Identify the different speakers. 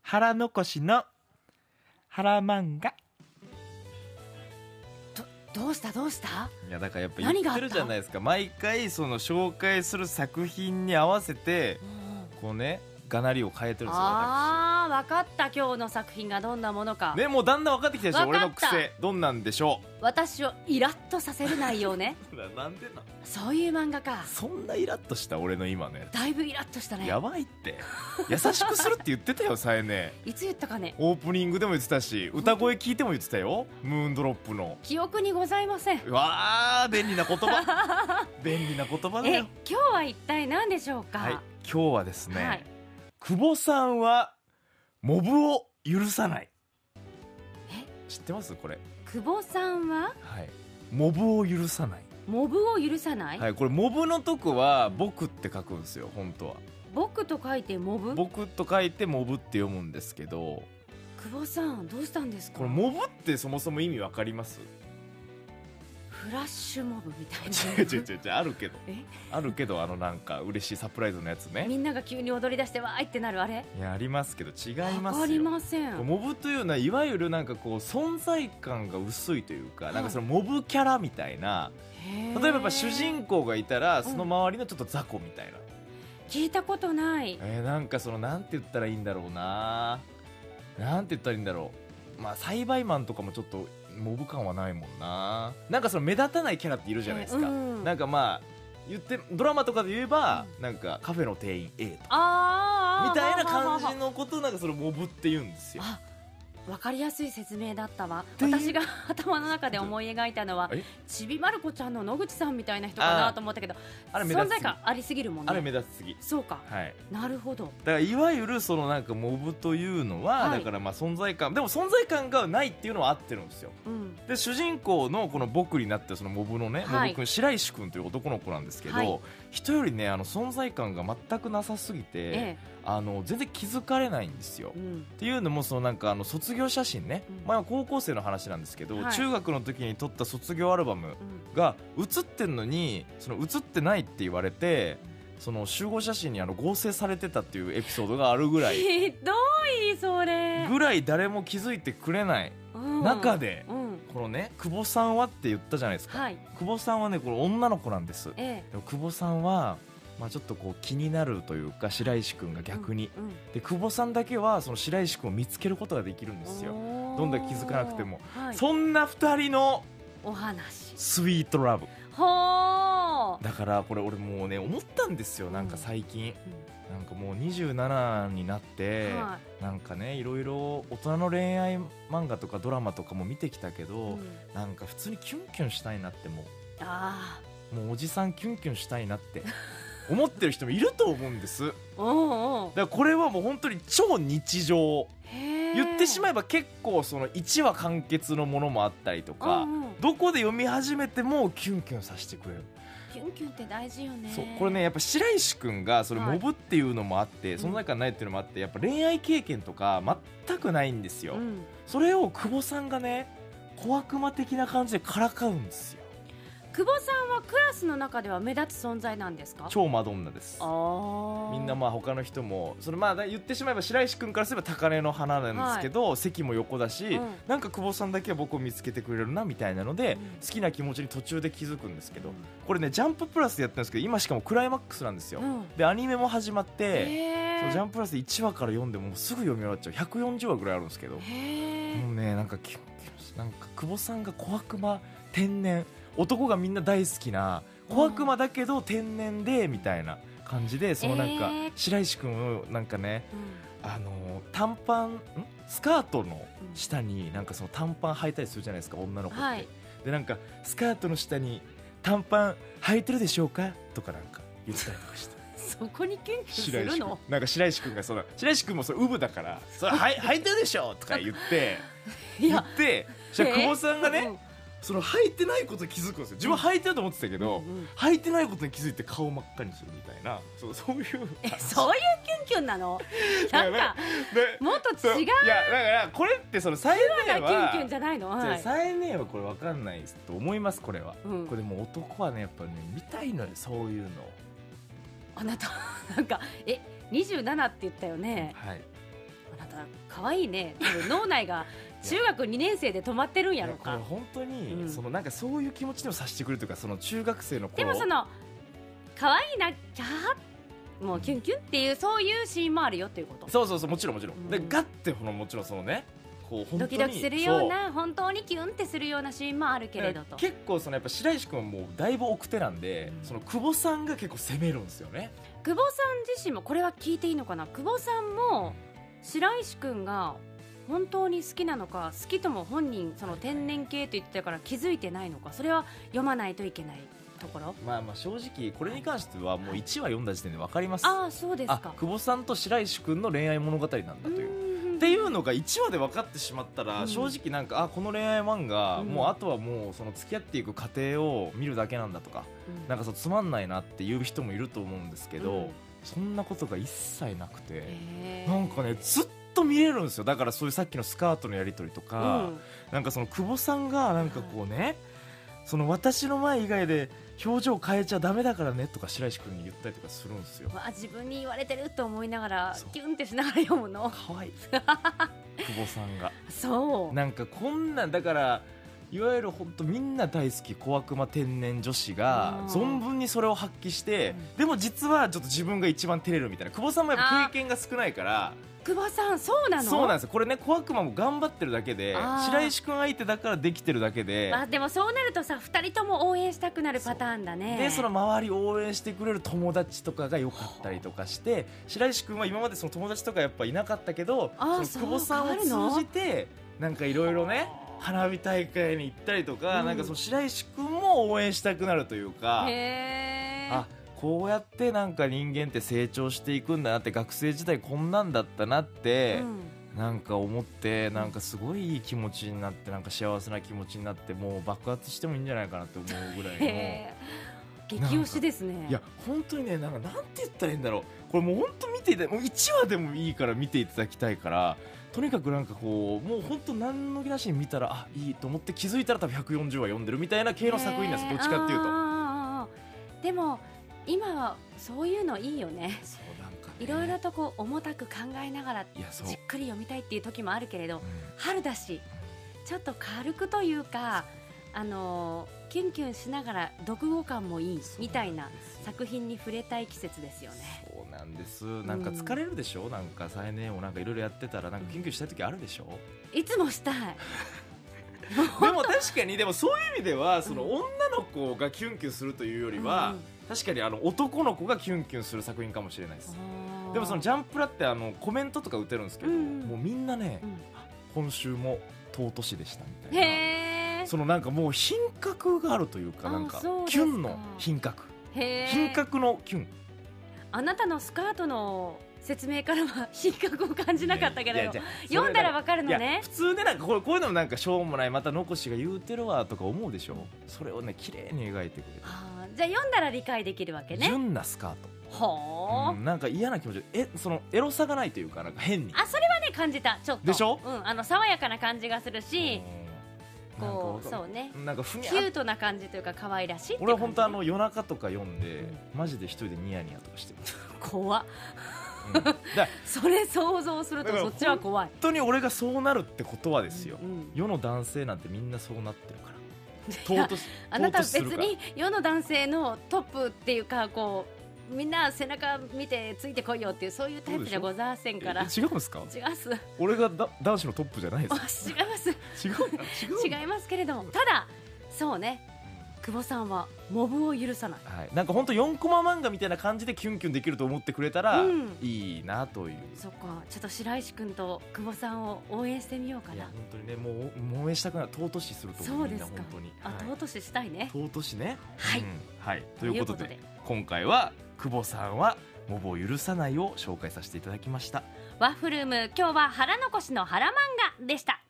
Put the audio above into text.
Speaker 1: 腹残しの腹漫画
Speaker 2: どうしたどうした
Speaker 3: いやだからやっぱ
Speaker 2: 何
Speaker 3: 言
Speaker 2: があ
Speaker 3: っ
Speaker 2: ってた
Speaker 3: るじゃないですか毎回その紹介する作品に合わせてこうねがなりを変えてるんですよ私
Speaker 2: ああ分かった今日の作品がどんなものか、
Speaker 3: ねもうだんだん分かってきたでしょ
Speaker 2: 分
Speaker 3: 俺
Speaker 2: か
Speaker 3: の
Speaker 2: った
Speaker 3: 癖どんなんでしょ
Speaker 2: 私をイラッとさせる内容 ね
Speaker 3: うなんでな
Speaker 2: そういう漫画か
Speaker 3: そんなイラッとした俺の今のや
Speaker 2: だいぶイラッとした
Speaker 3: つ
Speaker 2: ね
Speaker 3: やばいって優しくするって言ってたよさえね
Speaker 2: いつ言ったかね
Speaker 3: オープニングでも言ってたし歌声聞いても言ってたよムーンドロップの
Speaker 2: 記憶にございません
Speaker 3: うわー便利な言葉 便利な言葉だ
Speaker 2: え今
Speaker 3: よ
Speaker 2: 日は一体何でしょうか、
Speaker 3: はい今日はですね、
Speaker 2: はい
Speaker 3: 久保さんはモブを許さない知ってますこれ
Speaker 2: 久保さんは
Speaker 3: はいモブを許さない、
Speaker 2: モブを許さない、
Speaker 3: はい、これモブのとこは「僕」って書くんですよ本当は
Speaker 2: 僕と書いて
Speaker 3: 「
Speaker 2: モブ
Speaker 3: 僕」と書いて「モブ」って読むんですけど
Speaker 2: 久保さんどうしたんですか
Speaker 3: これモブってそもそも意味わかります
Speaker 2: フラッシュモブみたいな
Speaker 3: 違う違う違う違うあるけど
Speaker 2: え
Speaker 3: あるけどあのなんか嬉しいサプライズのやつね
Speaker 2: みんなが急に踊り出してわーいってなるあれ
Speaker 3: いやありますけど違いますよ
Speaker 2: わかりません
Speaker 3: モブというのはいわゆるなんかこう存在感が薄いというか、
Speaker 2: はい
Speaker 3: なんかそのモブキャラみたいな例え
Speaker 2: 例
Speaker 3: ばやっぱ主人公がいたらその周りのちょっと雑魚みたいな、
Speaker 2: 聞いたことない
Speaker 3: えーなんかそのなんて言ったらいいんだろうななんて言ったらいいんだろうまあ栽培マンとかもちょっとモブ感はないもんななんかその目立たないキャラっているじゃないですか、
Speaker 2: えーうん
Speaker 3: なんかまあ言ってドラマとかで言えば、なんかカフェの店員 A とか
Speaker 2: あーあー
Speaker 3: みたいな
Speaker 2: は
Speaker 3: 感
Speaker 2: あはあ
Speaker 3: じ
Speaker 2: は
Speaker 3: のことをなんかそのモブって言うんですよ
Speaker 2: ああわかりやすい説明だったわ
Speaker 3: ていう
Speaker 2: 私が頭の中で思い描いたのは
Speaker 3: え
Speaker 2: ちびまる子ちゃんの野口さんみたいな人かなと思ったけど
Speaker 3: あれ目立
Speaker 2: 存
Speaker 3: つす
Speaker 2: 在
Speaker 3: ぎ
Speaker 2: 感ありすぎるもん
Speaker 3: あれ
Speaker 2: ね
Speaker 3: 目立つすぎ
Speaker 2: そうか
Speaker 3: はい
Speaker 2: なるほど
Speaker 3: だからいわゆるそのなんかモブというのは、
Speaker 2: はい
Speaker 3: だからまあ存在感でも存在感がないっていうのは合ってるんですよ
Speaker 2: うん
Speaker 3: で主人公のこの僕になってるそのモブのね、
Speaker 2: は
Speaker 3: モ
Speaker 2: い
Speaker 3: ブ君白石君という男の子なんですけど、
Speaker 2: はい
Speaker 3: 人よりねあの存在感が全くなさすぎて、
Speaker 2: え
Speaker 3: あの全然気づかれないんですよ
Speaker 2: えう。ん
Speaker 3: っていうのもそのなんかあの卒業写真ね、
Speaker 2: うん
Speaker 3: 前は高校生の話なんですけど、
Speaker 2: はい
Speaker 3: 中学の時に撮った卒業アルバム
Speaker 2: うん
Speaker 3: が写ってんのにその写ってないって言われてその集合写真にあの合成されてたっていうエピソードがあるぐらい
Speaker 2: ひどいそれ
Speaker 3: ぐらい誰も気づいてくれない
Speaker 2: うん
Speaker 3: 中で
Speaker 2: うん
Speaker 3: このね久保さんはって言ったじゃないですか、
Speaker 2: はい
Speaker 3: 久保さんはねこれ女の子なんですで
Speaker 2: ええ
Speaker 3: も久保さんは、まあ、ちょっとこう気になるというか白石君が逆に、
Speaker 2: うん
Speaker 3: で久保さんだけはその白石君を見つけることができるんですよ、
Speaker 2: おー
Speaker 3: どんだけ気づかなくても
Speaker 2: はい
Speaker 3: そんな2人の
Speaker 2: お話
Speaker 3: スイートラブ
Speaker 2: ほー
Speaker 3: だからこれ俺もうね思ったんですよなんか最近、なんかもう27になって、
Speaker 2: は
Speaker 3: なんかねいろいろ大人の恋愛漫画とかドラマとかも見てきたけ
Speaker 2: い
Speaker 3: ど、
Speaker 2: うん
Speaker 3: なんか普通にキュンキュンしたいなってもう
Speaker 2: ああ
Speaker 3: もうおじさんキュンキュンしたいなって思ってる人もいると思うんですだか
Speaker 2: おうおう
Speaker 3: らこれはもう本当に超日常言ってしま
Speaker 2: え
Speaker 3: えば結構その1話完結のものもあったりとか、
Speaker 2: うんうん
Speaker 3: どこで読み始めてもキュンキュンさせてくれる、
Speaker 2: キュンキュンって大事よね
Speaker 3: そうこれねやっぱ白石君がそれ
Speaker 2: はい
Speaker 3: モブっていうのもあって、
Speaker 2: ん
Speaker 3: 存在感ないっていうのもあってやっぱ恋愛経験とか全くないんですよ、
Speaker 2: うん
Speaker 3: それを久保さんがね小悪魔的な感じでからかうんですよ
Speaker 2: 久保さんはクラスの中では目立つ存在なんですか
Speaker 3: 超マドンナです
Speaker 2: あー
Speaker 3: みんなまあ他の人もそれまあ言ってしまえば白石君からすれば高嶺の花なんですけど、席も横だし、
Speaker 2: うん
Speaker 3: なんか久保さんだけは僕を見つけてくれるなみたいなので、
Speaker 2: うん
Speaker 3: 好きな気持ちに途中で気づくんですけど、
Speaker 2: うん
Speaker 3: これね「ジャンププラス」でやってるんですけど今しかもクライマックスなんですよ、
Speaker 2: うん
Speaker 3: でアニメも始まって、
Speaker 2: へ
Speaker 3: そうジャン
Speaker 2: ン
Speaker 3: ププラス」1話から読んでもうすぐ読み終わっちゃう140話ぐらいあるんですけど、
Speaker 2: へ
Speaker 3: も
Speaker 2: ー
Speaker 3: うねなんかキュンキュンしなんか久保さんが小悪魔天然男がみんな大好きな小悪魔だけど天然でみたいな感じでそのなんか
Speaker 2: えー
Speaker 3: 白石君をなんかね
Speaker 2: うん
Speaker 3: あのー短パンんスカートの下になんかその短パン履いたりするじゃないですか女の子って、
Speaker 2: はい
Speaker 3: でなんかスカートの下に短パン履いてるでしょうかとかなんか言ったりとかして
Speaker 2: そこにキュンキュン す
Speaker 3: 白
Speaker 2: る
Speaker 3: 石君
Speaker 2: の
Speaker 3: なんか白石君がその白石君もそのウブだからそれ はい履いてるでしょとか言って。
Speaker 2: い
Speaker 3: 言
Speaker 2: や
Speaker 3: ってじゃ
Speaker 2: え
Speaker 3: 久保さんがね
Speaker 2: う
Speaker 3: その履いてないことに気づくんですよ自分履いてると思ってたけど、
Speaker 2: んうん
Speaker 3: 履いてないことに気づいて顔真っ赤にするみたいなそうそういう
Speaker 2: え そういうキュンキュンなのなん
Speaker 3: い や
Speaker 2: か
Speaker 3: で
Speaker 2: もっと
Speaker 3: そう
Speaker 2: 違う
Speaker 3: いやだからこれってその再
Speaker 2: キ
Speaker 3: 年
Speaker 2: ュンキュン
Speaker 3: は
Speaker 2: じゃないのはい
Speaker 3: じゃあ再年はこれ分かんないと思いますこれは、
Speaker 2: うん
Speaker 3: これもう男はねやっぱね見たいのよそういうの
Speaker 2: あなたなんかえ27って言ったよね
Speaker 3: はい
Speaker 2: ああなた可愛いね多分脳内が中学2年生で止まってるんやろう
Speaker 3: これ
Speaker 2: か
Speaker 3: 本当に、
Speaker 2: うん
Speaker 3: そのなんかそういう気持ちにもさせてくれるというかその中学生の
Speaker 2: で
Speaker 3: 頃
Speaker 2: もその可愛いなキャーもうキュンキュンっていうそういうシーンもあるよっていうこと
Speaker 3: そうそうそうもちろんもちろん、で
Speaker 2: うん
Speaker 3: ガッてこのもちろんそのねこう本当
Speaker 2: ド
Speaker 3: に
Speaker 2: キドキするような本当にキュンってするようなシーンもある
Speaker 3: そ
Speaker 2: け
Speaker 3: う
Speaker 2: れどと
Speaker 3: 結構そのやっぱ白石君はもうだいぶ奥手なんで、
Speaker 2: うん
Speaker 3: その久保さんが結構攻めるんですよね
Speaker 2: 久保さん自身もこれは聞いていいのかな久保さんも白石君が本当に好きなのか好きとも本人その天然系と言ってたから気づいてないのかそれは読まないといけないところ
Speaker 3: まあまあ正直これに関してはもう1話読んだ時点で分かります
Speaker 2: ああそうです
Speaker 3: あ
Speaker 2: か
Speaker 3: 久保さんと白石君の恋愛物語なんだという
Speaker 2: う
Speaker 3: っていうのが1話で分かってしまった
Speaker 2: う
Speaker 3: ら
Speaker 2: ん
Speaker 3: 正直なんか、あこの恋愛漫画、
Speaker 2: うん
Speaker 3: もうあとはもうその付き合っていく過程を見るだけなんだとかなんかそうつまんないなっていう人もいると思うんですけど、
Speaker 2: うん
Speaker 3: そんなことが一切なくて、
Speaker 2: へー
Speaker 3: なんかねずっと見れるんですよだからそういうさっきのスカートのやり取りとか、
Speaker 2: うん
Speaker 3: なんかその久保さんがなんかこうねその私の前以外で表情変えちゃダメだからねとか白石君に言ったりとかするんですよ
Speaker 2: わあ自分に言われてると思いながら
Speaker 3: そう
Speaker 2: キュンってしながら読むの
Speaker 3: 可愛い久保さんが
Speaker 2: そう
Speaker 3: なんかこんなんだからいわゆる本当みんな大好き小悪魔天然女子が
Speaker 2: うん
Speaker 3: 存分にそれを発揮して
Speaker 2: うん
Speaker 3: でも実はちょっと自分が一番照れるみたいな久保さんもやっぱ経験が少ないから
Speaker 2: 久保さんそうなの
Speaker 3: そうなんですよこれね小悪魔も頑張ってるだけで
Speaker 2: あー
Speaker 3: 白石君相手だからできてるだけで
Speaker 2: まあ、でもそうなるとさ2人とも応援したくなるパターンだね
Speaker 3: でその周りを応援してくれる友達とかが良かったりとかして白石君は今までその友達とかやっぱいなかったけど
Speaker 2: あー
Speaker 3: その久保さん
Speaker 2: そう変わる
Speaker 3: を
Speaker 2: の
Speaker 3: 通じてなんかいろいろね花火大会に行ったりとか,、
Speaker 2: うん
Speaker 3: なんかその白石君も応援したくなるというか
Speaker 2: へー
Speaker 3: あこうやってなんか人間って成長していくんだなって学生時代こんなんだったなって。
Speaker 2: うん
Speaker 3: なんか思ってなんかすごいいい気持ちになってなんか幸せな気持ちになってもう爆発してもいいんじゃないかなって思うぐらいの
Speaker 2: へー激推しですね
Speaker 3: いや本当にねなんかなんて言ったらいいんだろうこれもう本当見ていたもう1話でもいいから見ていただきたいからとにかくなんかこうもう本当何の気なしに見たらあいいと思って気づいたら多分140話読んでるみたいな系の作品なんです
Speaker 2: へー
Speaker 3: どっちかっていうと
Speaker 2: あーあーあーでも今はそういうのいいよね
Speaker 3: そうなんかね
Speaker 2: いろいろとこう重たく考えながら
Speaker 3: いやそう
Speaker 2: じっくり読みたいっていう時もあるけれど
Speaker 3: うん
Speaker 2: 春だしちょっと軽くというかあのーキュンキュンしながら読後感もいいみたいな作品に触れたい季節ですよね
Speaker 3: そうなんですなんか疲れるでしょなんか再燃をなんかいろいろやってたらなんか研究したい時あるでしょ
Speaker 2: いつもしたい
Speaker 3: でも確かにでもそういう意味ではその女の子がキュンキュンするというよりは、確かにあの男の子がキュンキュンする作品かもしれないですでもそのジ
Speaker 2: ャ
Speaker 3: ャンプラってあのコメントとか打てるんですけど、
Speaker 2: うんうん
Speaker 3: もうみんなね、
Speaker 2: うん
Speaker 3: 今週も東都市でしたみたい
Speaker 2: へ
Speaker 3: な
Speaker 2: ー
Speaker 3: そのなんかもう品格があるというか
Speaker 2: あ
Speaker 3: なんか
Speaker 2: そうです
Speaker 3: キ
Speaker 2: か
Speaker 3: ュンの品格
Speaker 2: へー
Speaker 3: 品格のキュン
Speaker 2: あなたのスカートの説明からは品格を感じなかったけ
Speaker 3: いや
Speaker 2: れ
Speaker 3: いや
Speaker 2: ど
Speaker 3: それ
Speaker 2: 読んだらわかるの
Speaker 3: いや
Speaker 2: ね
Speaker 3: 普通ねなんかこれこういうのもなんかしょうもないまた残しが言うてるわとか思うでしょそれをね綺麗に描いてく
Speaker 2: あーじゃあ読んだら理解できるわ
Speaker 3: れ
Speaker 2: け
Speaker 3: る、
Speaker 2: ね
Speaker 3: 純なスカート
Speaker 2: ほう、
Speaker 3: うんなんか嫌な気持ちえそのエロさがないというかなんか変に
Speaker 2: あそれはね感じたちょっと
Speaker 3: でしょ
Speaker 2: うん、あの爽やかな感じがするし、
Speaker 3: うんなんかわか
Speaker 2: こう
Speaker 3: る
Speaker 2: そうね
Speaker 3: なんかふに
Speaker 2: キ
Speaker 3: ゃ
Speaker 2: ュ
Speaker 3: っ
Speaker 2: ートな感じというか可愛らしいって感じ
Speaker 3: 俺は本当あの夜中とか読んでマジで一人でニヤニヤとかしてる、
Speaker 2: 怖っ
Speaker 3: うんだから本
Speaker 2: それ想像すると
Speaker 3: だから
Speaker 2: そっちは怖い
Speaker 3: 当に俺がそうなるってことはですよ、
Speaker 2: うんうん
Speaker 3: 世の男性なんてみんなそうなってるから
Speaker 2: いや
Speaker 3: 尊し
Speaker 2: あなた
Speaker 3: 尊
Speaker 2: 別
Speaker 3: しするから
Speaker 2: に世の男性のトップっていうかこうみんな背中見てついてこいよっていうそういうタイプじゃございませんから違
Speaker 3: え違うんですか
Speaker 2: います
Speaker 3: 俺がだ男子のトップじゃないで
Speaker 2: あ
Speaker 3: すか
Speaker 2: 違います
Speaker 3: 違うな違うな
Speaker 2: 違いますけれどもただそうね久保さんはモブを許さない
Speaker 3: はい、なんか本当4コマ漫画みたいな感じでキュンキュンできると思ってくれたら
Speaker 2: うん
Speaker 3: いいなという、
Speaker 2: そっかちょっと白石君と久保さんを応援してみようか
Speaker 3: いや
Speaker 2: な
Speaker 3: 本当にねもうもう応援したくなる尊しすると思
Speaker 2: そうう
Speaker 3: み
Speaker 2: で
Speaker 3: んな
Speaker 2: すか
Speaker 3: 本当に
Speaker 2: あ
Speaker 3: はい
Speaker 2: 尊ししたいね
Speaker 3: 尊しね
Speaker 2: はい
Speaker 3: うんはい、ということで
Speaker 2: ということ
Speaker 3: 今回は久保さんはモブを許さないを紹介させていただきました
Speaker 2: ワッフルーム今日は腹残しの腹漫画でした